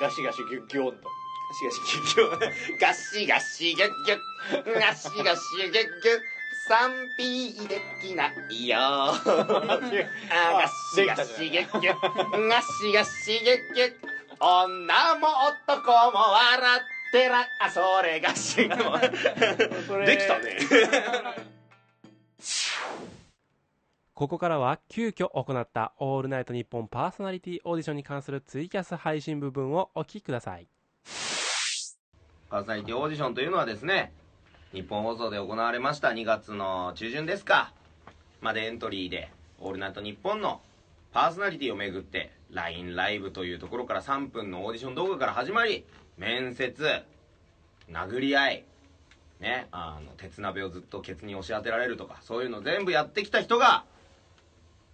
ガシガシギュッギュンとしかし、結局、ガシガシギュッギュッ、ガシガシギュッギュッ、賛否できな いよ。あガシガシギュッギュッ、ガシガシギュッギュッ、女も男も笑ってら、あ、それ がし、でもそれできた ね。ここからは急遽行ったオールナイトニッポンパーソナリティオーディションに関するツイキャス配信部分をお聞きください。パーソナリティオーディションというのはですね日本放送で行われました2月の中旬ですかまでエントリーで「オールナイトニッポン」のパーソナリティをめぐって LINE ライブというところから3分のオーディション動画から始まり面接殴り合いねあの鉄鍋をずっとケツに押し当てられるとかそういうの全部やってきた人が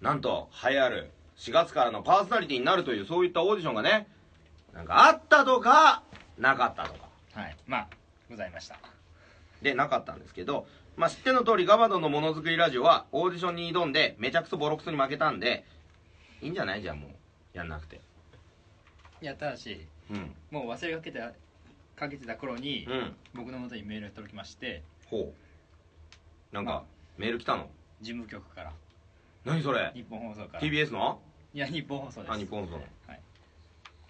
なんと流行る4月からのパーソナリティになるというそういったオーディションがねなんかあったとかなかったとかはいまあございましたでなかったんですけど、まあ、知っての通りガバドのものづくりラジオはオーディションに挑んでめちゃくそボロクソに負けたんでいいんじゃないじゃあもうやんなくてやったらしいうんもう忘れかけてかけてた頃に、うん僕の元にメールが届きましてほうなんか、まあメール来たの事務局から何それ日本放送からい TBS のや日本放送ですあ日本放送はい、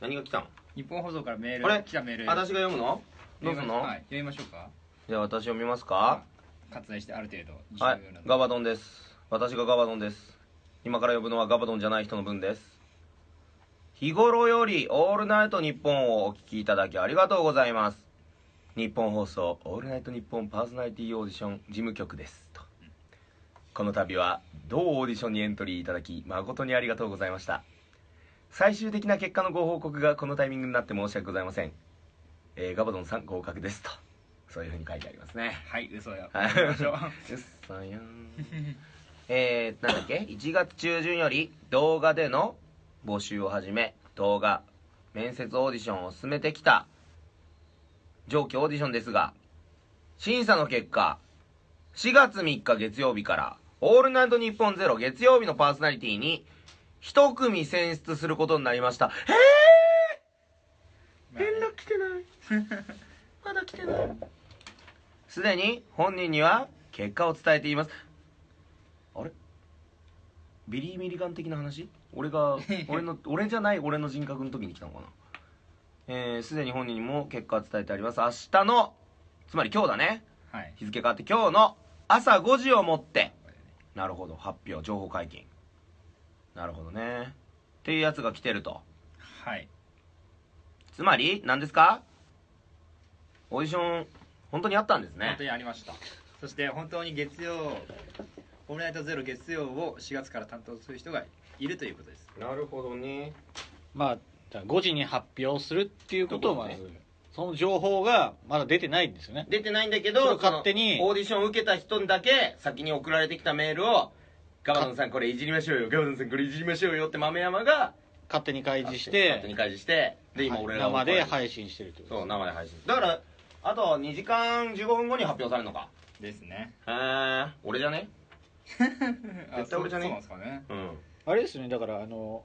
何が来たの日本放送からメールあれ来たメール私が読むのどう読みすんましの、はい、読みましょうかじゃあ私読みますか割愛してある程度重はい要な、ガバドンです。私がガバドンです。今から呼ぶのはガバドンじゃない人の分です。日頃よりオールナイトニッポンをお聞きいただきありがとうございます。日本放送オールナイトニッポンパーソナリティオーディション事務局です。とこの度は同オーディションにエントリーいただき誠にありがとうございました。最終的な結果のご報告がこのタイミングになって申し訳ございません。えーガバドンさん合格ですと。そういうふうに書いてありますね。はい嘘やはい読みまし ょううっさやんえー、なんだっけ1月中旬より動画での募集を始め動画面接オーディションを進めてきた上記オーディションですが審査の結果4月3日月曜日から「オールナイトニッポンゼロ月曜日のパーソナリティに一組選出することになりましたえまあね来てないまだ来てないすでに本人には結果を伝えていますあれビリー・ミリガン的な話俺 が俺の俺じゃない俺の人格の時に来たのかなえーすでに本人にも結果を伝えてあります明日のつまり今日だねはい日付変わって今日の朝5時をもってなるほど発表情報解禁なるほどねっていうやつが来てるとはいつまり何ですかオーディション本当にあったんです本ね当にありましたそして本当に月曜「オールナイトゼロ月曜」を4月から担当する人がいるということですなるほどねまあじゃあ5時に発表するっていうことをまといずうこその情報がまだ出てないんですよね出てないんだけそれどを勝手にそのオーディションを受けた人にだけ先に送られてきたメールを「ガバドンさんこれいじりましょうよガバドンさんこれいじりましょうよ」って豆山が勝手に開示し勝手にて開示してで今はい俺ら生でい配信してるってことでそうす生で配信だからあと2時間15分後に発表されるのかですねへえ俺じゃねあ絶対俺じゃねそうそうなんですかねうんあれですよねだからあの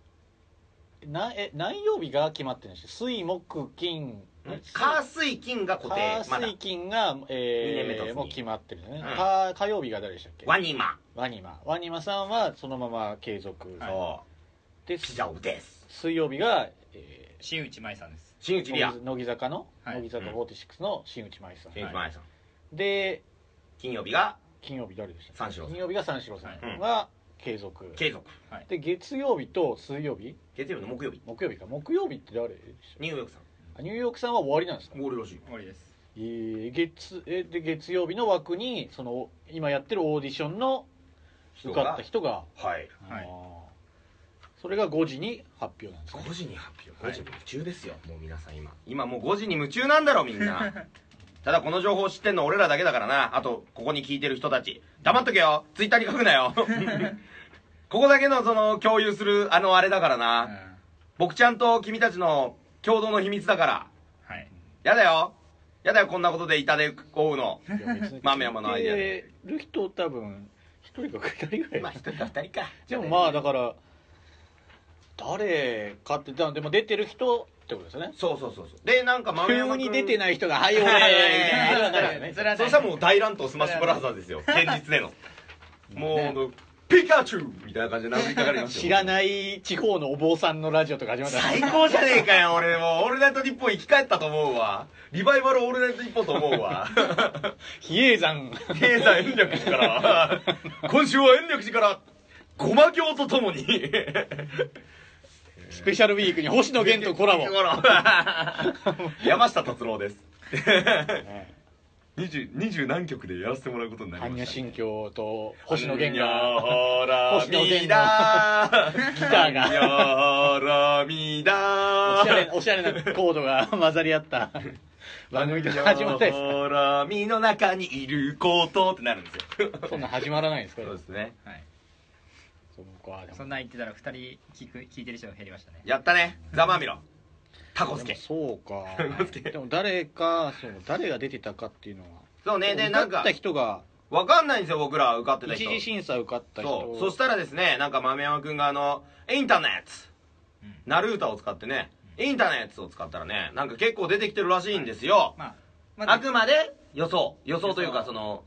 なえ何曜日が決まってるんですか水木金火水金が固定火まだ水金が、二年目え突入ー、もう決まってるよね、ん火火曜日が誰でしたっけワニマワニマワニマさんはそのまま継続、そうで以上です水曜日が、え新内舞さんですー新内リア乃木坂の、はい乃木坂46の新内舞さん、新内麻衣さんで金曜日が金曜日誰でしたっけ三四郎さん金曜日が三四郎さはいんが継続、継続で月曜日と水曜日月曜日の木曜日木曜日か木曜日って誰でしたっニューヨークさんけあニューヨークさんは終わりなんですか、ゴールらしい終わりですえー月えーで月曜日の枠にその今やってるオーディションの受かった人がはいはいあーそれが5時に発表なんですね5時に発表は5い時に夢中ですよ、もう皆さん今今もう5時に夢中なんだろみん なただこの情報知ってんの俺らだけだからなあとここに聞いてる人たち黙っとけよツイッターに書くなよここだけのその共有するあのあれだからな、 うん僕ちゃんと君たちの共同の秘密だからはいやだよやだよこんなことで痛手負う のいや別に豆山のアイデア聞いてる人多分1人か2人ぐらい、人か2人かでもまあだから誰かってだでも出てる人ってことですよねそうそうそうそうでなんか丸急山に出ていない人が「はい俺」みはいはいたいなあれはなるよねそれはそしたらもう大乱闘スマッシュブラザーズです よ現実でのもうピカチュウみたいな感じで殴りかかりますよ知らいない地方のお坊さんのラジオとか始まった最高じゃねえかよ 俺もうオールナイトニッポン生き返ったと思うわリバイバルオールナイトニッポンと思う わ比叡山経済延暦寺から今週は延暦寺からごま行とともにスペシャルウィークに星野源とコラボ 山下達郎ですね二十二十何曲でやらせてもらうことになり般ま若した心経と星野源がほら星野み 源だギターがほらみだおしゃれおしゃれなコードが混ざり合った番組とか始まったりすほらみの中にいることってなるんですよそんな始まらないですかそうらですねはい、そうかでもそんなん言ってたら2人聞く聞いてる人が減りましたねやったねざまみろタコスでケもそうコスケかでも誰かそう誰が出てたかっていうのはそうねで受なんかっかた人がわかんないんですよ僕ら受かってた一人次審査受かったそ人うそしたらですねなんか豆山君があのインターネッうんトナルータを使ってねインターネットを使ったらねなんか結構出てきてるらしいんですよまあ、まあ、あくまで予想予想というか予想その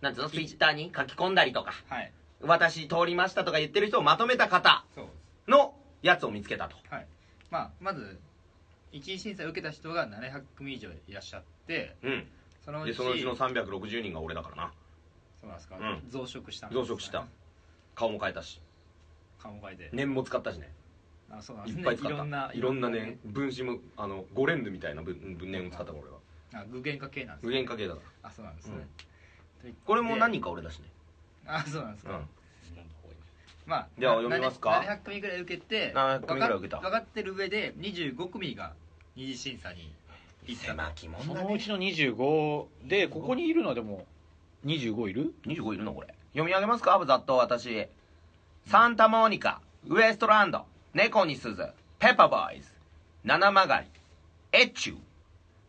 なんつうのツイッターに書き込んだりとかはい私通りましたとか言ってる人をまとめた方そうのやつを見つけたとはいまあまず一次審査受けた人が700組以上いらっしゃってうんそのうでちそのうちの360人が俺だからなそうなんですか、うん増殖したんです増か殖した顔も変えたし顔を変えて年も使ったしねあそうなんいですっねぱい使っいろんなたいろんな年分子もあの5連符みたいな分分年を使ったから俺はあ具現化系なんです無ね限化系だからあそうなんですね、といってこれも何人か俺だしねあそうなんですか、まあでは読みますか700組ぐらい受けて700組ぐらい受けた分か分かってる上で25組が二次審査に行ったときそ者のうちの25でここにいるのはでも25いる25いるのこれ読み上げますかざっと私サンタモニカウエストランド猫に鈴ペッパーボーイズ七曲りエッチュ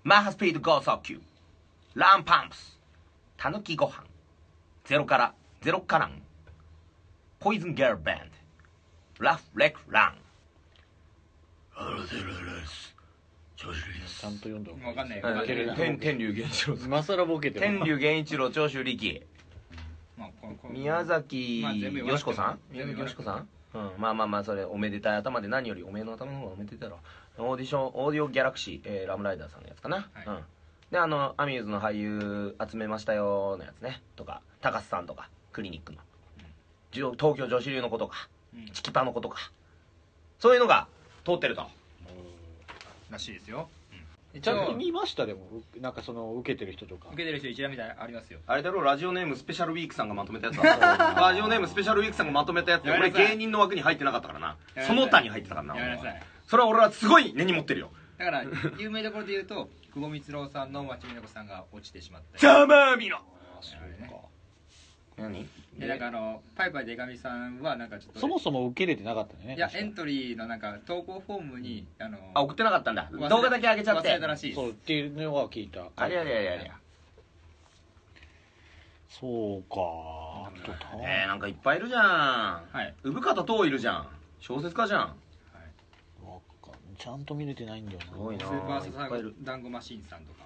マッハスピード剛速球ランパンプスたぬきご飯ゼロからゼロカランポイズンゲールバンドラフレクランあらゼロです調子ちゃんと読んだ方がわかんなでいすけれども天天竜源一郎今更ボケても天竜源一郎長州力まあこのこの宮崎まあ全部よしこさん全宮部崎言よわしなくこてさんうん、まあまあまあそれおめでたい頭で何よりおめえの頭の方がおめでたいだろオーディションオーディオギャラクシー、えーラムライダーさんのやつかな、はいうん、であのアミューズの俳優集めましたよのやつねとか高須さんとかクリニックの、じょ東京女子流の子とかうんチキパの子とかそういうのが通ってるとらしいですよ、うん、ち一ゃんと応見ましたでもなんかその受けてる人とか受けてる人一覧みたいなのありますよあれだろラジオネームスペシャルウィークさんがまとめたやつ だラジオネームスペシャルウィークさんがまとめたやつでやめ俺なさい芸人の枠に入ってなかったからなやめなさそいの他に入ってたからなやめなさいそれは俺はすごい根に持ってるよだから有名どころで言うと久保光郎さんの町美奈子さんが落ちてしまったりざまみろあそうか何でなんかあのパイパイでかみさんはなんかちょっとそもそも受けれてなかったんだよねいや確エかントリーのなんか投稿フォームにあのあ送ってなかったんだ忘れ動画だけ上げちゃって忘れたらしいですそうっていうのは聞いたありゃりゃりゃりゃそうかなんだろえー、なんかいっぱいいるじゃんはい産方党いるじゃん小説家じゃんわかんちゃんと見れてないんだよすごいななスーパーサいっぱいいるザン団子マシンさんとか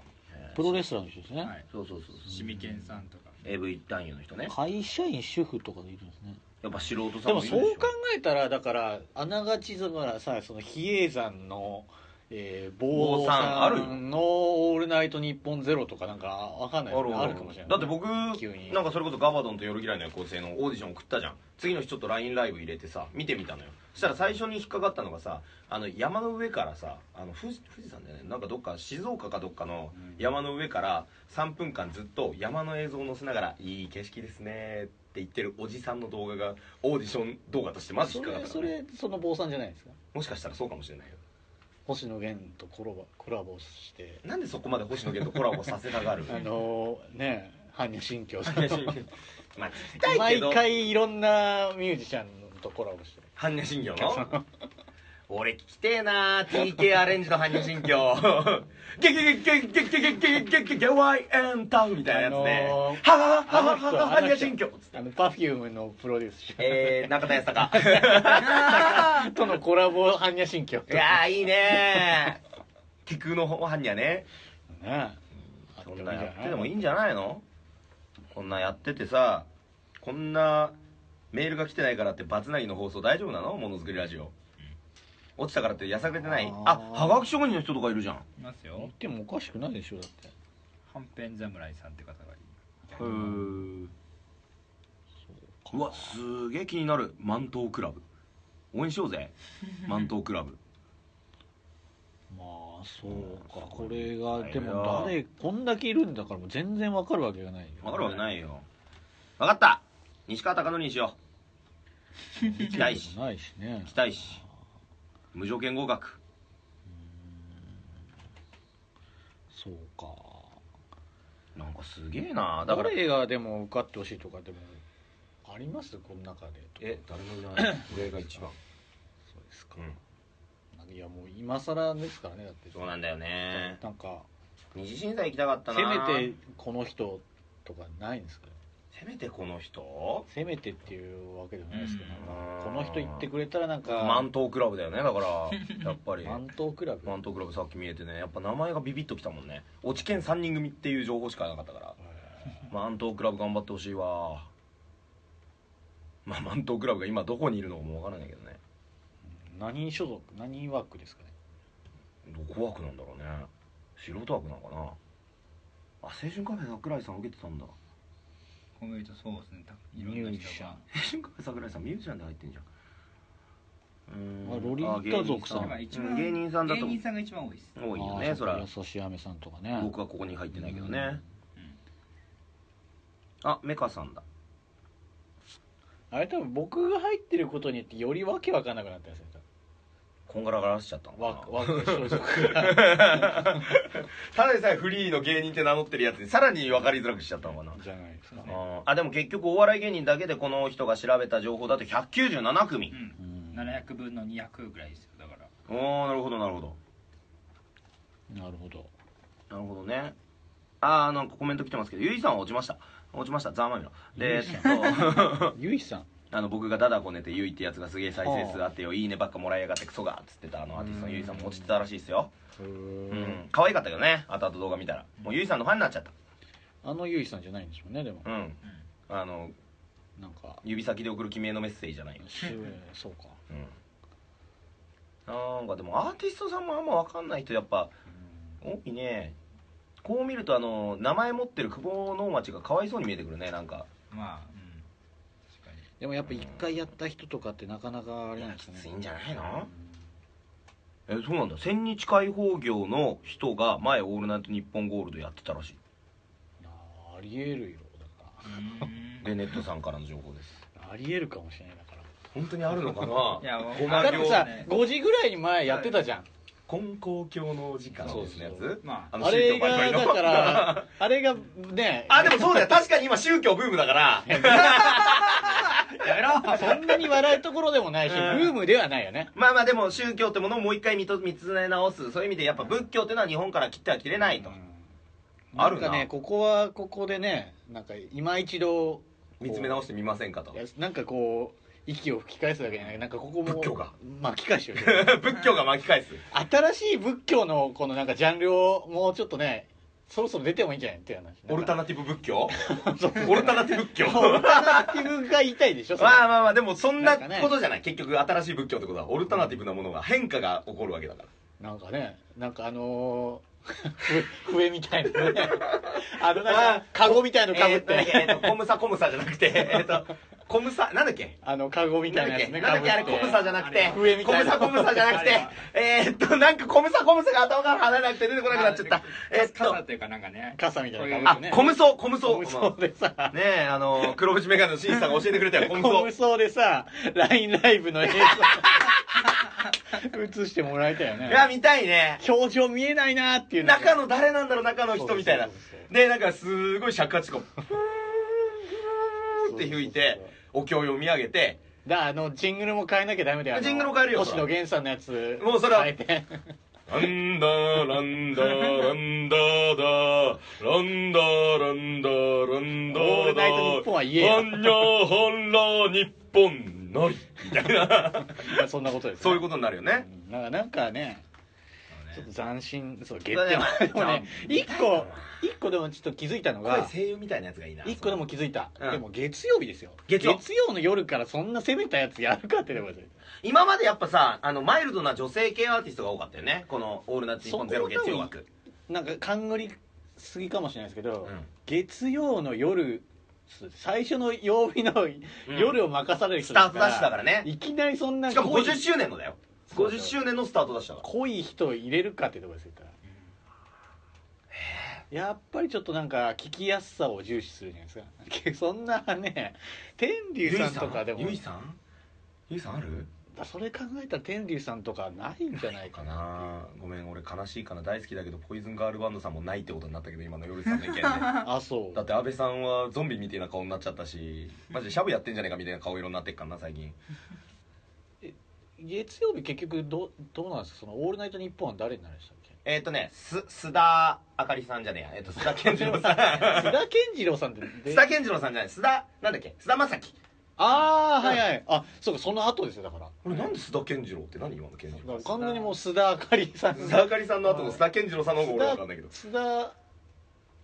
プロレスラーの人ですも、ねはい、そうそうそうそうシミケンさんとか AV 男優の人ね会社員主婦とかでいるんですねやっぱ素人さでんもいるそうしょ考えたらだからあながちだからさその比叡山の、えー、坊坊さんさあるよんの「オールナイトニッポンゼロとかなんかわかんないあるあるかもしれないだって僕なん急にかそれこそガバドンと夜嫌いの夜行性のオーディション送ったじゃん次の日ちょっと LINE ライブ入れてさ見てみたのよそしたら最初に引っかかったのがさあの山の上からさあの富士富士山じゃないなんかどっか静岡かどっかの山の上から3分間ずっと山の映像を載せながら「いい景色ですね」って言ってるおじさんの動画がオーディション動画としてまずそ引っかかっれたそからねれその坊さんじゃないですかもしかしたらそうかもしれないよ星野源とコラボコラボしてなんでそこまで星野源とコラボさせたがるあ のー、ね般若心経さんいやとまあ聞きたいけ毎ど回いろんなミュージシャンとコラボしてる般若心経の俺聞きてえな TK アレンジの般若心経ゲゲゲゲゲゲゲゲゲゲゲワイエンタウンみたいなやつねあのーはははははあは般の若人心経つってあの Perfume のプロデュースえー、中田康隆とのコラボ般若心経いやーいいねー気空の般若ねねあそんなやってでもいいんじゃないのこんなやっててさこんなメールが来てないからってバツナギの放送大丈夫なのものづくりラジオ落ちたからってやさぐれてないああはがき職人の人とかいるじゃんいます言よってもおかしくないでしょだってはんぺん侍さんって方がいるへーうわすげえ気になるマントウクラブ応援しよう ぜマントウクラブまあそうかこれがでも誰こんだけいるんだからもう全然わかるわけがないよ分かるわけないよ分かった西川貴教にしよう期待しないしね期待し無条件合格そうかなんかすげえなだから誰がでも受かってほしいとかでもありますこの中でえ誰もいない俺が一番そうですかうんいやもう今更ですからねだってそうなんだよねなんか二次審査行きたかったせなめてこの人とかないんですかせめてこの人せめてっていうわけでもないですけど、んなんかこの人言ってくれたらなんかマントウクラブだよねだからやっ ぱりマントクラブマントクラブさっき見えてねやっぱ名前がビビッときたもんね落ち券3人組っていう情報しかなかったからマントクラブ頑張ってほしいわまあマントクラブが今どこにいるのかもわからないけどね何所属何枠ですかねどこ枠なんだろうね素人枠なのかなあ青春カフェ桜井さん受けてたんだこの人そうですねたいろミュんなージ人シャンが青春カフェ桜井さんミュージシャンで入ってんじゃんうーんあロリータ族さんあだから芸人さ一んう番ん芸人さんだと芸人さんが一番多いです多いよあねーそら優しい雨さんとかね僕はここに入ってないけどねあメカさんだあれ多分僕が入ってることによってよりわけわかんなくなったんですよこんがらがらしちゃったのかな枠枠所属がただでさえフリーの芸人って名乗ってるやつにさらに分かりづらくしちゃったのかなじゃないですかねあーあでも結局お笑い芸人だけでこの人が調べた情報だと197組う、うんんなる700分の200ぐらいですよだからおおーなるほどなるほどほどなるほどねああなんかコメント来てますけどゆいさんは落ちました落ちましたざまみろゆでいえっと ゆいさんあの僕がダダこねてゆいってやつがすげえ再生数あってよいいねばっかもらいやがってクソがっつってたあのアーティストのゆいさんも落ちてたらしいですようん可愛かったけどね後々動画見たらもうゆいさんのファンになっちゃったあのゆいさんじゃないんですもんねでもうんあのなんか指先で送る記名のメッセージじゃないよ、すそうかうん、なんかでもアーティストさんもあんま分かんない人やっぱ多いねこう見るとあの名前持ってる久保能町がかわいそうに見えてくるねなんかまあうん確かにでもやっぱ一回やった人とかってなかなかあれなんですきねついんじゃないのえそうなんだ千日開放業の人が前「オールナイトニッポンゴールド」やってたらしあありえるよだかいでネットさんからの情報ですらありえるかもしれないだから本当にあるのかないやわごまあだかっん行てさね5時ぐらいに前やってたじゃん根高教の時間そうでですすねねやつまあのあれ宗教バがリバリだのからあれがね あでもそうだよ確かに今宗教ブームだからやめろそんなに笑うところでもないし、うんブームではないよね。まあまあでも宗教ってものをもう一回見と見つめ直すそういう意味でやっぱ仏教っていうのは日本から切っては切れないと、あるななんかね、ここはここでね、なんか今一度、見つめ直してみませんかといやなんかこう、息を吹き返すだけじゃない、なんかここも、仏教が巻き返してる。仏教が巻き返す新しい仏教のこのなんかジャンルをもうちょっとね、そろそろ出てもいいんじゃないっていう話。オルタナナティブ仏 教そうオルタナティブ仏教オルタナティブが言いたいでしょ、それ まあまあまあでもそんななんかねことじゃない 結局新しい仏教ってことはオルタナティブなものが変化が起こるわけだからなんかね、なんかあの ー、ふ笛みたいなね。 あの、あなんーか、カゴみたいのかぶえっーとねえて。ーとコムサコムサじゃなく てえっとコムサなんだっけあの、カゴみたないんだなやつね、っけなんだっけあれ被っコてムサじゃなくて上みコたムいなサコムサじゃなくて えーっとなんかコムサコムサが頭から離れなくて出てこなくなっちゃったえーっと傘っていうかなんかね傘みたいなあ感じでね。コムソコムソコムソでさ、ねえあの黒縁メガネのシンさんが教えてくれたよココムソムソでさ、LINE ライブの映 像、映してもらいたいよいやね。見たいね表情見えないなーっていうのが。中の誰なんだろう中の人みたいなそうそうそうでなんかすごい尺八とかふーんふーんって吹いてお経を読み上げてだからあのジングルも変えなきゃダメだよあのジングルも変えるよ星野源さんのやつもうそれは変えて なんだランダランダだランダランダランダだオールナイトニッポンは言えよワンニャハラ日本なりみたいなまあそんなことですね、そういうことになるよねうんなんかなんかねちょっと斬新そう月そうだ点よでもね一個一個でもちょっと気づいたの声が声優みたいなやつがいいな一個でも気づいた、うんでも月曜日ですよ月曜の夜からそんな攻めたやつやるかってでも今までやっぱさあのマイルドな女性系アーティストが多かったよねこの「オールナイトニッポンゼロ月曜枠なんか勘繰りすぎかもしれないですけど、うん月曜の夜最初の曜日の夜を任される人スタートダッシュだからねいきなりそんなしかも濃い50周年のだよそうそう50周年のスタート出したから濃い人を入れるかってとこですよだからやっぱりちょっとなんか聞きやすさを重視するじゃないですかそんなね天ゆ竜いさんとかでもゆいさんゆいさんあるそれ考えたら天竜さんとかないんじゃないかかななごめん俺悲しいかな大好きだけどポイズンガールバンドさんもないってことになったけど今の夜さんの意 見でだ あそうって安倍さんはゾンビみたいな顔になっちゃったしマジでシャブやってんじゃねえかみたいな顔色になってっからな最近月曜日結局どうどうなんですかその「オールナイトニッポン」は誰になるんでしたっ けえっ、ー、とねす須田あかりさんじゃねえやえっ、と須田健次郎さん 須田健次郎さんって須で田健次郎さんじゃない須田なんだっけ須田まさきああはいはいあそうかその後ですよだから俺なんで須田健次郎って何今の健次だか郎ら完全にもう須田あかりさん須田あかりさんの後の須田健次郎さんの方が俺わかんないけど須田だか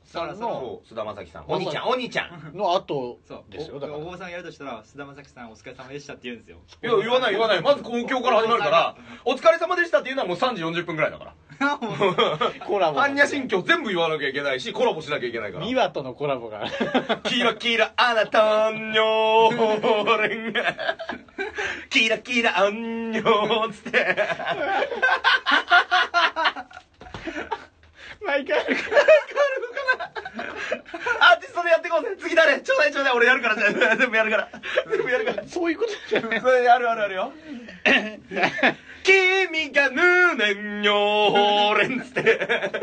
さらんそののそう須田まさきさんお兄ちゃんお兄ちゃんの後そうですよおだからお坊さんがやるとしたら菅田将暉さんお疲れ様でしたって言うんですよいや言わない言わないまず公共から始まるからお疲れ様でしたっていうのはもう3時40分ぐらいだからコラボ般若心経全部言わなきゃいけないしコラボしなきゃいけないからミワとのコラボが キラキラあなたんにょーれんがキラキラあんにょーっつって毎回アーティストでやってこうぜ次誰ちょうだいちょうだい俺やるから全部やるから全部やるからそういうことじゃないそれあるあるあるよ 君がぬねんにょーれんっつ って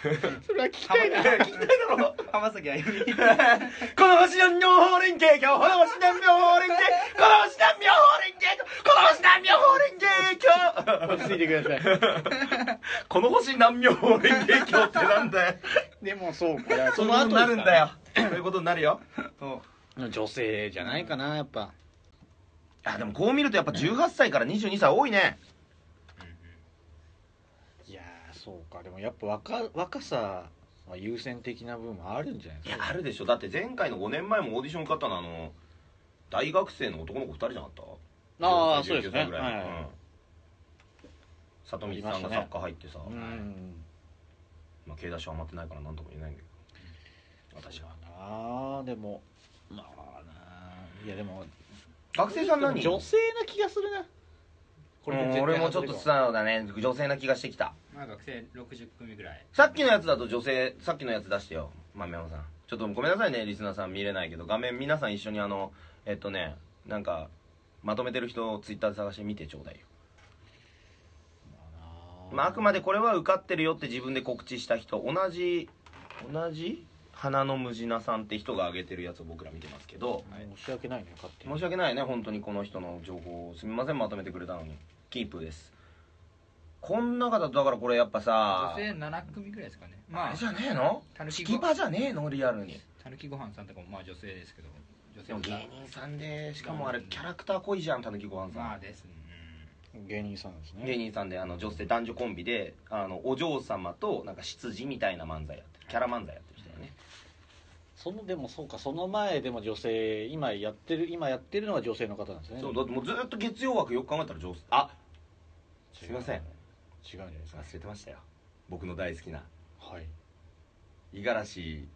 それは聞きたいな聞きたいだろ浜崎あゆ こみの星の妙法連携今日この星の妙法連携この星の妙法連携この星の妙落ち法連携今日着いてください この星何妙法連携今日ってなんだよ でもそう か そうそいのうこと後ですになかるんだよそういうことになるよそう女性じゃないかなやっぱあでもこう見るとやっぱ18歳から22歳多いねいやーそうかでもやっぱ若若さは優先的な部分もあるんじゃないいですやかあるでしょだって前回の5年前もオーディション受かったのあの大学生の男の子2人じゃなかったああ18そうですね19ぐらいはいうん里見さんがサッカー入ってさ、うんまあ、経済は余ってないから何とも言えないんだけど私はああでもまあないやでも学生さん何女性な気がするなこう絶ん対俺もちょっと外れるわそうだね女性な気がしてきたまあ学生60組ぐらいさっきのやつだと女性さっきのやつ出してよまあ宮本さんちょっとごめんなさいねリスナーさん見れないけど画面皆さん一緒にあのえっとねなんかまとめてる人をツイッターで探して見てちょうだいよまあ、あくまでこれは受かってるよって自分で告知した人同じ同じ花のムジナさんって人が挙げてるやつを僕ら見てますけど申し訳ないね勝手に申し訳ないね本当にこの人の情報をすみませんまとめてくれたのにキープですこん中だとだからこれやっぱさ女性7組ぐらいですかねあまあれじゃねえのたぬきチごキパじゃねえのリアルにたぬきごはんさんとかもまあ女性ですけど女でも芸性人さんでしかもあれキャラクター濃いじゃんたぬきごはんさん、まあですね芸人さんですね芸人さんであの女性男女コンビであのお嬢様となんか執事みたいな漫才やってるキャラ漫才やってる人だねそのでもそうかその前でも女性今やってる今やってるのは女性の方なんですねそうだってもうずっと月曜枠よく考えたら上手あすいません違うんじゃないですか忘れてましたよ僕の大好きなはい五十 嵐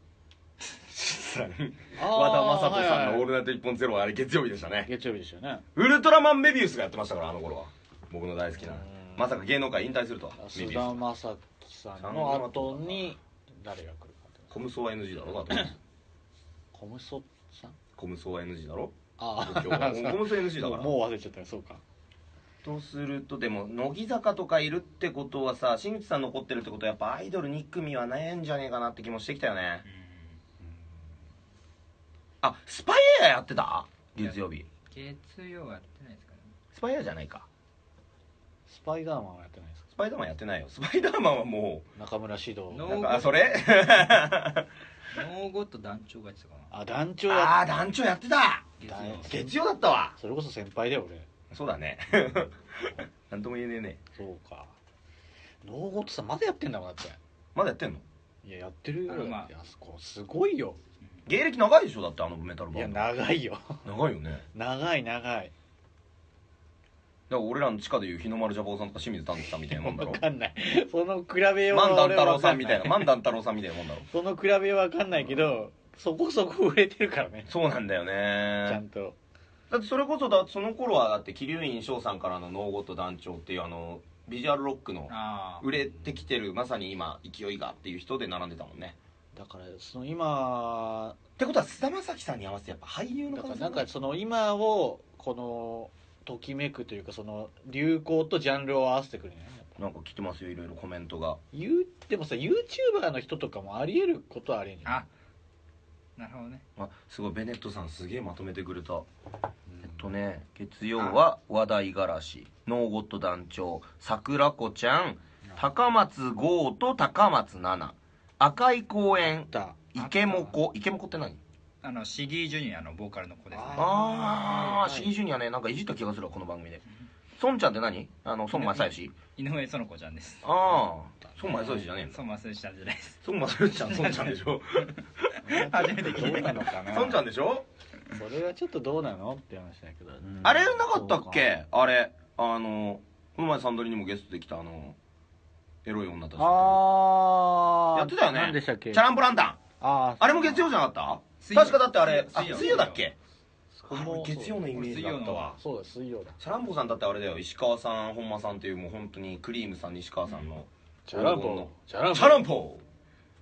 さんあー和田正人さんはいの「はオいールナイト一本ゼロはあれ月曜日でしたね月曜日でしたよねウルトラマンメビウスがやってましたからあの頃は僕の大好きなうんまさか芸能界引退するとはメ須ビウス田が将暉さんの後に誰が来るかってコムソは NG だろだ ってコムソさんコムソは NG だろあ東京 はそうコムソ NG だからもう忘れちゃったよそうかとするとでも乃木坂とかいるってことはさ新内さん残ってるってことはやっぱアイドル2組は悩んじゃねえかなって気もしてきたよねうんあスパイエアやってた月曜日月曜はやってないですかねスパイアじゃないかスパイダーマンはやってないですかスパイダーマンやってないよスパイダーマンはも中村獅童うのなんかあそれノーゴット団長がやってたかあ団長あやあ団長やってたなだよ月曜月曜だったわそれこそ先輩だよ俺そうだね なんとも言えねえねそうかノーゴットさんまだやってんだもんだってまだやってんのいややってるよあのまあいやそこすごいよ芸歴長いでしょだってあのメタルいバやンド長いよ 長いよねだか長い長 いら俺らの地下でいう日の丸ジャボウさんとか清水丹治さんみたいなもんだ ろ分かんないその比べよう万は段俺太は郎分かさんなんいみたいな万段太郎さんみたいなもんだろその比べは分かんないけどそこそこ売れてるからねそうなんだよちゃねんとだってそれこそだその頃はだって桐生院翔さんからの「ノーゴット団長」っていうあのビジュアルロックのああ売れてきてるまさに今勢いがっていう人で並んでたもんねだからその今ってことは菅田将暉さんに合わせてやっぱ俳優のだから数なんかその今をこのときめくというかその流行とジャンルを合わせてくるねやっぱなんか来てますよいろいろコメントが言うでもさ YouTuber の人とかもありえることはありえんじゃないあなるほどねあすごいベネットさんすげえまとめてくれたうんえっとね月曜は話題がらしノーゴット団長桜子ちゃん高松剛と高松菜奈赤い公園だ池もこ池もこって何あのシギージュニアのボーカルの子ですねあーあはあいシギジュニアねなんかいじった気がするわこの番組で孫ちゃんって何あの孫正義井上園子ちゃんですああ孫正義じゃねえんだそうマスちゃんじゃな いです孫正義ちゃん孫ちゃんでしょ 初めて聞いたどうなのかな孫ちゃんでしょそれはちょっとどうなのって話だけど、あれなかったっけあれあのこの前サンドリにもゲストできたあのエロい女たちああやってたよね何でしたっけチャランポランタンあーあれも月曜じゃなかった水曜確かだってあれあ水曜水曜だっけそこもあれ月曜のイメージだったわそうだ水曜だチャランポさんだってあれだよ石川さん本間さんっていうもう本当にクリームさん西川さんのチャラン黄金のポチャランポチャランポ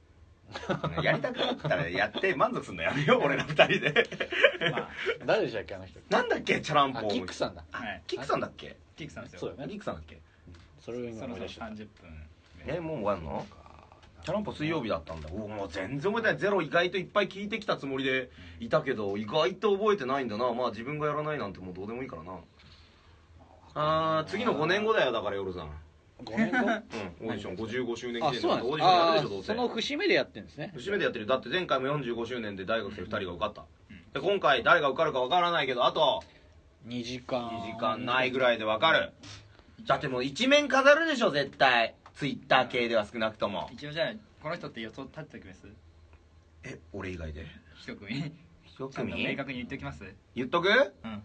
やりたくなったらやって満足すんのやめよう俺ら二人でま誰でしたっけあの人なんだっけチャランポあキックさんだあはいキックさんだっけキックさんですよそうだよキねックさんだっけそれを今そ思いろそろ出した30分えもう終わんのチャランポ水曜日だったんだおもう全然覚えてないゼロ意外といっぱい聞いてきたつもりでいたけど意外と覚えてないんだなまあ自分がやらないなんてもうどうでもいいからなあー次の5年後だよだから夜さん5年後うんオーディション55周年あ記念そうななんんでてオーすディションやるあでしょどーうせその節目でやってんですね節目でやってるだって前回も45周年で大学生2人が受かった、で今回誰が受かるか分からないけどあと2時間2時間ないぐらいで分かるだってもう一面飾るでしょ絶対ツイッター系では少なくとも一応じゃあこの人って予想立っておきますえ俺以外で一組一ちゃんと組明確に言っておきます言っとくうん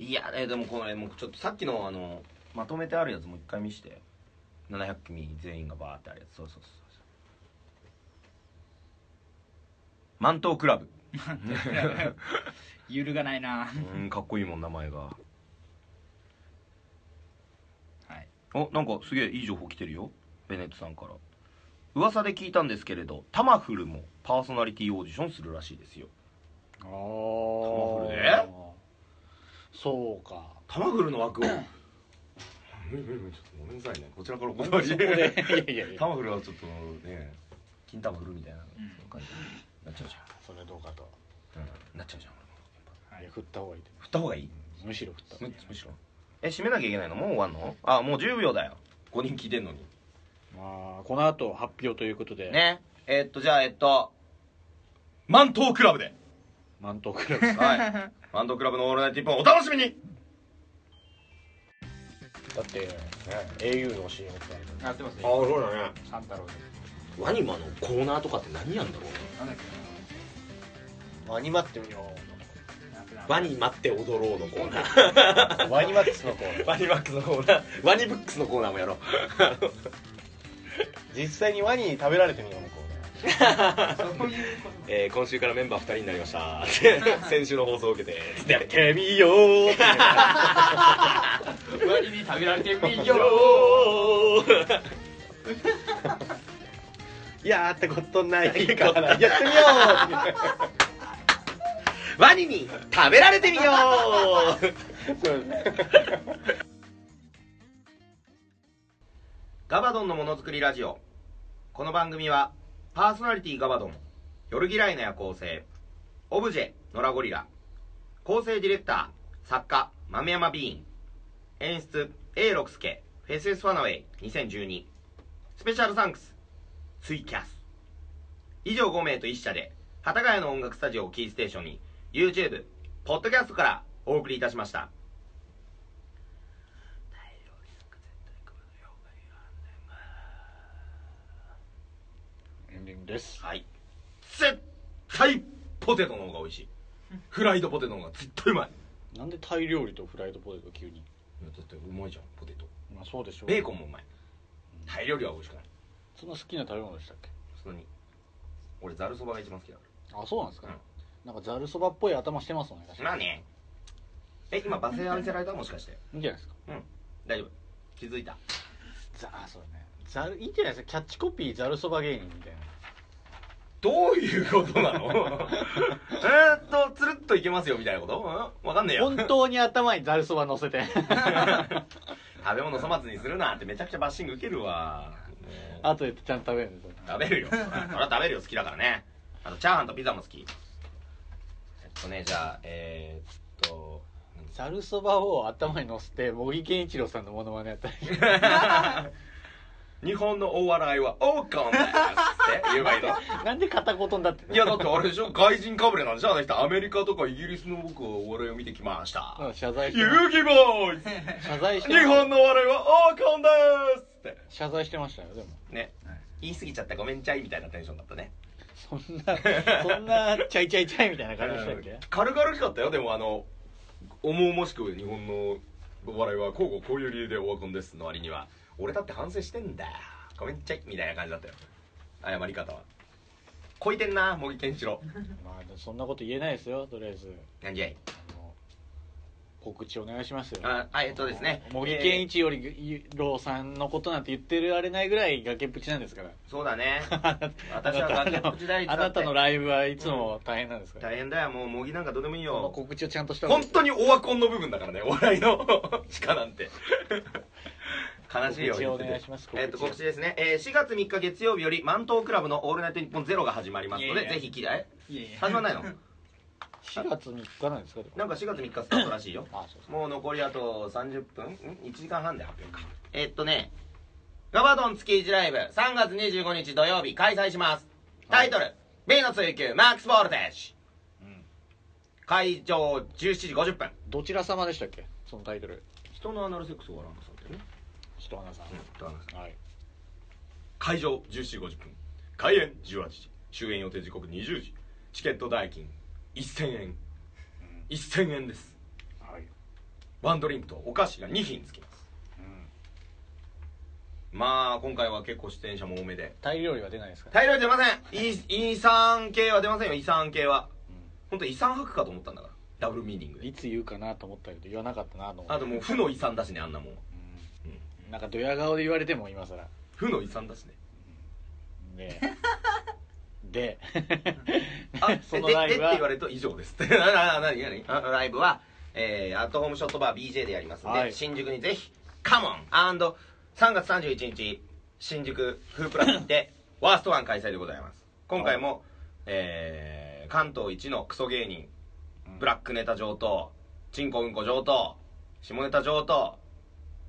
いやえでもこれもうちょっとさっきのあのまとめてあるやつもう一回見して700組全員がバーってあるやつそうそうそうそう満東クラブ揺るがないなうんかっこいいもん名前がはいおなんかすげえいい情報来てるよベネットさんから噂で聞いたんですけれどタマフルもパーソナリティオーディションするらしいですよああタマフルでそうかタマフルの枠を無理無理無理ちょっとごめんなさいねこちらからお断りそこでいやいやいやタマフルはちょっとね金玉振るみたいな、その感じになっちゃうじそれはどうかとゃん、うん、なっちゃうじゃん俺もはいいや振った方がいいと振った方がいいむしろ振った方がいむいむしろえ締めなきゃいけないのもう終わんのあもう10秒だよ5人聞いてんのにまあこの後発表ということでねえっとじゃあえっとマントークラブで満島クラブさん はいマントークラブのオールナイトニッポンお楽しみにだって、ね、au の CM ってあすいませんそうだね三太郎ですワニマのコーナーとかって何やんだろなんだっワニマってみよけなうワニマって踊ろうのコーナーうワニマックスのコーナーワニマックスのコーナーワニブックスのコーナーもやろう実際にワニに食べられてみようのコーそういうこえー今週からメンバー2人になりました って先週の放送を受けて「やってみよう」と割に食べられてみよ いやーってことないかナらーやってみよワニに食べられてみようガバドンのものづくりラジオこの番組はパーソナリティガバドン夜嫌いな夜行性オブジェノラゴリラ構成ディレクター作家豆山ビーン演出 A 六輔フェスファナウェイ2012スペシャルサンクスツイキャス以上5名と1社で幡ヶ谷の音楽スタジオをキーステーションに YouTube ポッドキャストからお送りいたしましたエンディングですはい絶対ポテトの方が美味しいフライドポテトの方が絶対うまいなんでタイ料理とフライドポテト急にだってうまいじゃんポテトまあそうでしょうベーコンもうまいタイ料理は美味しくないそんな好きな食べ物でしたっけ普通に俺ざるそばが一番好きだかあそうなんですか、うんなんかざるそばっぽい頭してますもんね確らまかあねえ今罵声浴びせられたもしかしてにいいんじゃないですか大丈夫気づいたざあそうねざるいいんじゃないですかキャッチコピーざるそば芸人みたいなどういうことな のえーっとつるっといけますよみたいなこと、うん、わかんねえよ本当に頭にざるそば乗せて食べ物粗末にするなってめちゃくちゃバッシング受けるわ後でちゃんと食べるんですよ食べ るよそりゃ食べるよ好きだからねあとチャーハンとピザも好きえっとねじゃあえーっとざるそばを頭に乗せて茂木健一郎さんのモノマネやったり 日本のお笑いはオーカンだよって言えばい いのなんで片言になってるいやだってあれでしょ外人かぶれなんでしょあの人アメリカとかイギリスの僕はお笑いを見てきましたうん謝罪して遊ま戯ボーイす謝罪しズて日ま本のお笑いはオーカンですってす謝罪してましたよでもね言い過ぎちゃったごめんちゃいみたいなテンションだったねそんな そんなチャイチャイチャイみたいな感じでしたっけ軽々しかったよでもあの重々しく日本のお笑いはこうこうこういう理由でオワコンですの割には俺だって反省してんだごめんちゃいみたいな感じだったよ謝り方はこいてんな茂木健一郎まあそんなこと言えないですよとりあえずなんじゃいあの告知お願いしますよああえっとですね茂木健一より郎さんのことなんて言ってられないぐらい崖っぷちなんですからそうだ ね私は崖っぷち第一だあってなたのライブはいつも大変なんですから、大変だよもう茂木なんかどうでもいいそのよ告知をちゃんとした方がい本いです当にオワコンの部分だからねお笑いの 鹿なんて 悲しいよ告知をお願いしますえっと、告知ですね、えー4月3日月曜日より満東クラブの「オールナイトニッポンゼロが始まりますのでいやいやぜひ聞いてえいやいや始まんないの4月3日なんですかなんか4月3日スタートらしいよ あそうですもう残りあと30分ん1時間半で発表かえっとねガバドン月1ライブ3月25日土曜日開催しますタイトル「B の追求マックスボルテージ」会場17時50分どちら様でしたっけそのタイトル人のアナルセックスを笑うんだそうだよね人花さん、はい会場17時50分開演18時終演予定時刻20時チケット代金1000円1000円ですはいワンドリンクとお菓子が2品付きます、まあ今回は結構出演者も多めでタイ料理は出ないですか大量出ませんい遺産系は出ませんよ遺産系は、本当遺産吐くかと思ったんだからダブルミーニングでいつ言うかなと思ったけど言わなかったなと思ってあともう負の遺産だしねあんなもんなんかドヤ顔で言われても今更負の遺産だしね ねえで あそそののラライイブブは はでって言われると以上ですって なななになにあライブは、えーアットホームショットバー BJ でやりますんで、はい新宿にぜひカモン !&3 月31日新宿フープラスでワーストワン開催でございます今回も、えー関東一のクソ芸人ブラックネタ上等チンコうんこ上等下ネタ上等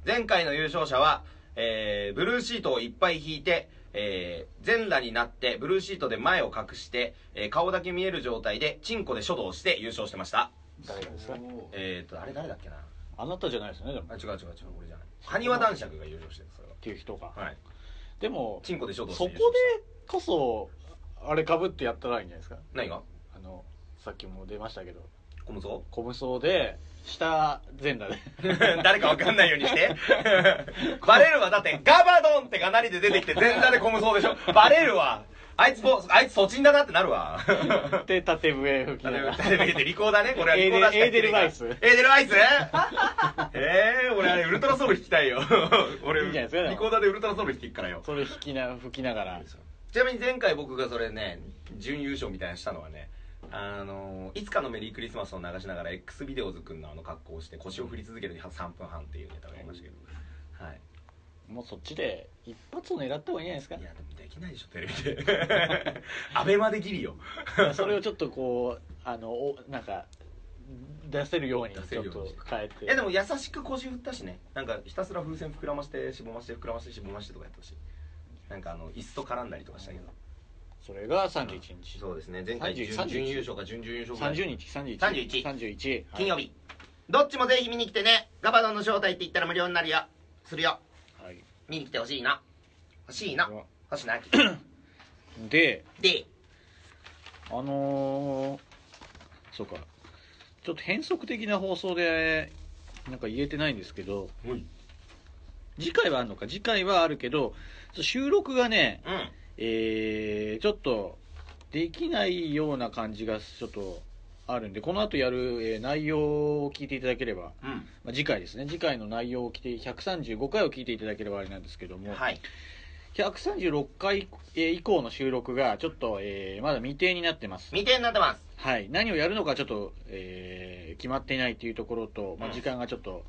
前回の優勝者は、えーブルーシートをいっぱい引いて、えー全裸になってブルーシートで前を隠して、えー顔だけ見える状態でチンコで書道をして優勝してました誰がですかえっ、とあれ誰だっけなあなたじゃないですよねでもあ違う違う違う俺じゃない埴輪男爵が優勝してるそれっていう人がははいでもチンコで書道してそ優こで勝したこそあれかぶってやったらいいんじゃないですか何があのさっきも出ましたけど小むぞ小武装で下全裸で 誰かわかんないようにして バレるわだってガバドンってがなりで出てきて全裸で小むぞでしょバレるわあいつぼあいつそちんだなってなるわで縦笛吹きテながらレビでリコーダーねこれはリコーダーしかエーデルエーデルワイスエーデルワイスえー、俺あれウルトラソウル弾きたいよ俺いいんじゃないですかでもリコーダーでウルトラソウル弾きっからよそれ引きな吹きながらちなみに前回僕がそれね準優勝みたいなのしたのはねあのいつかのメリークリスマスを流しながら X ビデオズくんのあの格好をして腰を振り続ける3分半っていうネタをやりましたけど、はいもうそっちで一発を狙った方がいいんじゃないですかいやでもできないでしょテレビで アベマでギリよそれをちょっとこうあのおなんか出せるように出せちょっるようにと変えていやでも優しく腰振ったしねなんかひたすら風船膨らましてしぼまして膨らましてしぼましてとかやってほしいなんかあの椅子と絡んだりとかしたけどそれが31日そうですね前回準30準優勝か準々優勝か30日31 31 31金曜日、どっちもぜひ見に来てねガバドンの招待って言ったら無料になるよするよはい、はい見に来てほしいな欲しいな 星野亜紀でであのーそうかちょっと変則的な放送でなんか言えてないんですけどうん次回はあるのか次回はあるけどちょ収録がねうんえーちょっとできないような感じがちょっとあるんでこの後やる、えー内容を聞いていただければ、まあ、次回ですね次回の内容を聞いて135回を聞いていただければあれなんですけども、はい136回えー以降の収録がちょっと、えーまだ未定になってます、未定になってますはい、何をやるのかちょっと、えー決まっていないというところと、まあ、うん時間がちょっと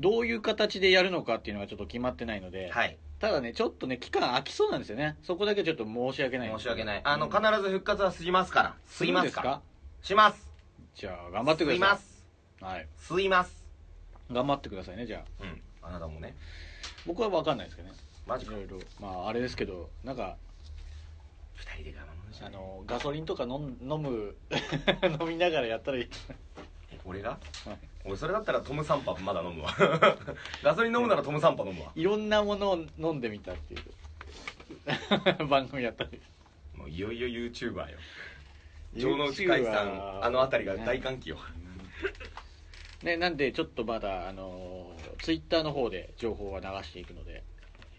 どういう形でやるのかっていうのがちょっと決まってないので、はいただねちょっとね期間空きそうなんですよねそこだけちょっと申し訳ないんです申しけど訳ないあのうん必ず復活はすりますからすりますからしますじゃあ頑張ってくださいすりますはい、すいます頑張ってくださいねじゃあうんあなたもね僕は分かんないですけどねマジいかろいろまああれですけどなんか二人で我慢しあたののガソリンとか飲ん 飲む飲みながらやったらいい俺がはい俺それだったらトムサンパまだ飲むわ ガソリン飲むならトムサンパ飲むわいろんなものを飲んでみたっていう 番組やったりもういよいよ YouTuber よ城之内海さ YouTuber んあの辺りが大歓喜よねなんでちょっとまだあのツイッターの方で情報は流していくので、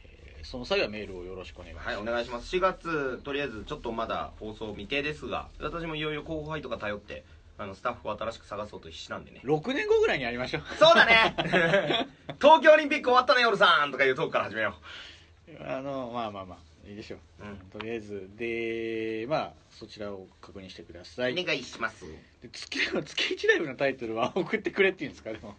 えーその際はメールをよろしくお願いします、はいお願いします4月とりあえずちょっとまだ放送未定ですが私もいよいよ後輩とか頼ってあのスタッフを新しく探そうと必死なんでね6年後ぐらいにやりましょうそうだ ね東京オリンピック終わったね夜さんとかいうトークから始めよ あのまあまあまあいいでしょうう、うんとりあえずでまあそちらを確認してくださいお願いしますで月 月1ライブのタイトルは 送ってくれっていうんですかでも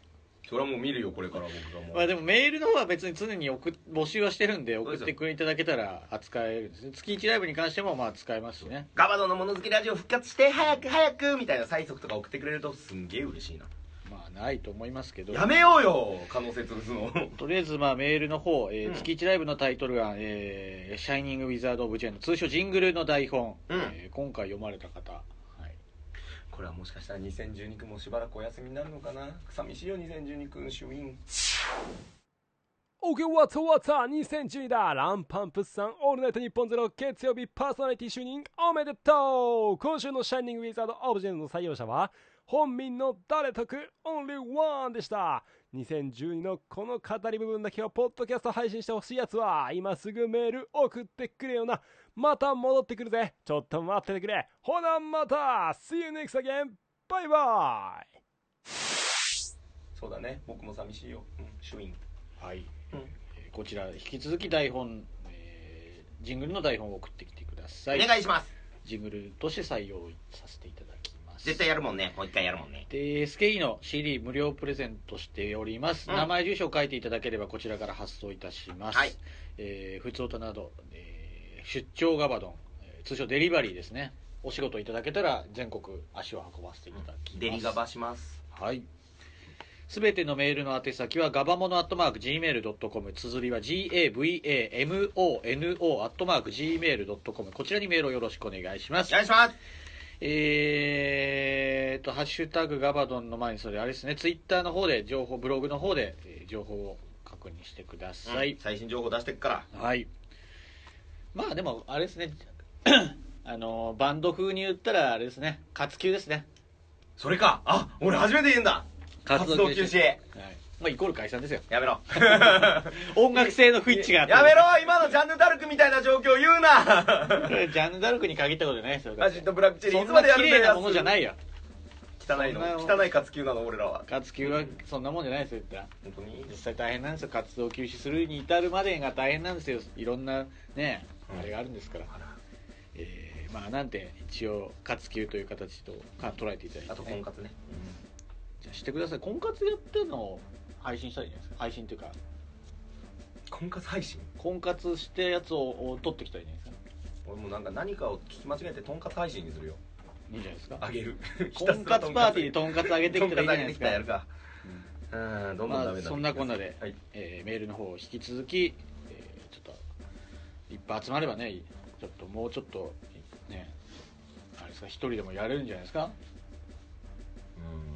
それはもう見るよこれから僕がもう、まあでもメールの方は別に常に送っ募集はしてるんで送ってくれいただけたら 扱えるんですね月1ライブに関してもまあ使えますしねガバドのもの好きラジオ復活して早く早くみたいな催促とか送ってくれるとすんげえ嬉しいなまあないと思いますけどやめようよ可能性潰すの とりあえずまあメールの方、えーうん月1ライブのタイトルが「えーシャイニング・ウィザード・オブ・ジェン」の通称ジングルの台本、うんえー今回読まれた方、はい、これはもしかしたら2012君もしばらくお休みになるのかな寂しいよ2012君主員 OK, what's what's up? 2012だランパンプさん、オールナイト日本ゼロ月曜日パーソナリティ就任おめでとう今週のシャイニングウィザードオブジェントの採用者は、本民の誰得 Only One でした。2012のこの語り部分だけをポッドキャスト配信してほしいやつは、今すぐメール送ってくれよな。また戻ってくるぜ。ちょっと待っててくれ。ほな、また !See you next again! バイバイそうだね僕も寂しいよ、うん、主員はいうんえーこちら引き続き台本、えージングルの台本を送ってきてくださいお願いしますジングルとして採用させていただきます絶対やるもんねもう一回やるもんねで SKE の CD 無料プレゼントしております、うん名前住所を書いていただければこちらから発送いたします、はいえー、普通音など、えー出張ガバドンえー通称デリバリーですねお仕事いただけたら全国足を運ばせていただきます、デリガバしますはいすべてのメールの宛先はガバモノアットマーク Gmail.com 綴りは GAVAMONO アットマーク Gmail.com こちらにメールをよろしくお願いしますお願いしますえーっと、ハッシュタグガバドンの前に、それあれですね、ツイッターの方で、情報、ブログの方で、えー情報を確認してくださうんい。最新情報出してっからはい。まあでも、あれですね、 あのー、バンド風に言ったら、あれですね、活休ですね。それかあ俺初めて言うんだ活動休止はい。まあ、イコール解散ですよ。やめ ろ音楽性の不一致があったやめろ今のジャンヌ・ダルクみたいな状況言うな これジャンヌ・ダルクに限ったことじゃないですよ。マジとブラックチェリーそいつんまなでや綺るんだ麗よなものじゃないよ。汚いのそんな汚い活球なの俺らは活休はそんなもんじゃないですよ、言ったら。本当に実際大変なんですよ活動休止するに至るまでが大変なんですよいろんなねうんあれがあるんですから、えーまあなんて一応活休という形とか捉えていただいて、ね、あと婚活ねじゃあしてください婚活やってるのを配信したらいいじゃないですか配信というか婚活配信婚活してやつをを撮ってきたらいいじゃないですか俺もなんか何かを聞き間違えて婚活配信にするよいいんじゃないですかあげるひとたんすからつパーティーにとんかつあげてときんたからいいつじゃあなげいですかてきたらやるかうんどんどんダメまだ、あ、そんなこんなで、はいえーメールの方を引き続き、えーちょっといっぱい集まればねちょっともうちょっとねあれですか一人でもやれるんじゃないですか、う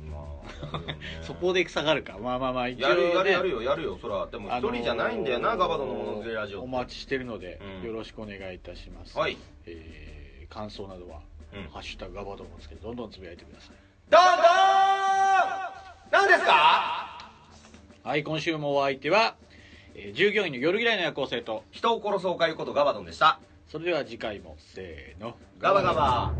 ん まあやるよねそこで下がるかまあまあまあ一やるやるやるよよやるよそらでも一人じゃないんだよな、ガバドのものづくりラジオお待ちしてるので、うんよろしくお願いいたしますはい、えー感想などはうん、 「ハッシュタグガバドン」をつけてどんどんつぶやいてくださいどんどん何ですかはい今週もお相手は、えー従業員の夜嫌いの夜行性と人を殺すおかゆことガバドンでしたそれでは次回もせーのガバガバ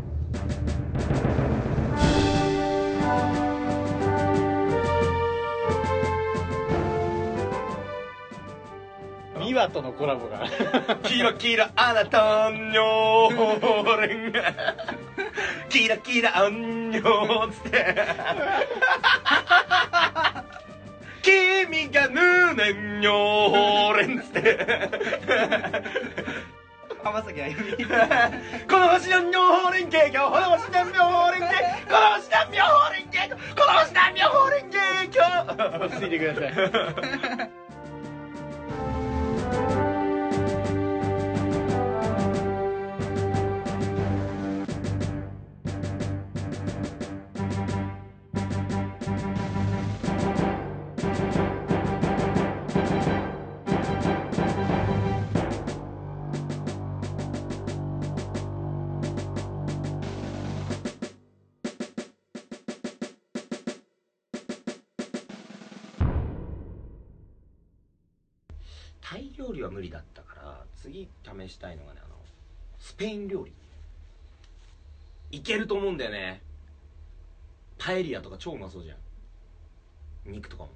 ミワとのコラボが キラキラあなたんにょーれんキラキラあんにょーつって君がぬねんにょーれんつって浜崎あゆみこの星のにょーれんケーキこの星のにょーれんケーキこの星のにょーれんケーキこの星のにょーれんケーキ落ち着いてくださいタイ料理は無理だったから次試したいのがねあのスペイン料理いけると思うんだよねパエリアとか超うまそうじゃん肉とかも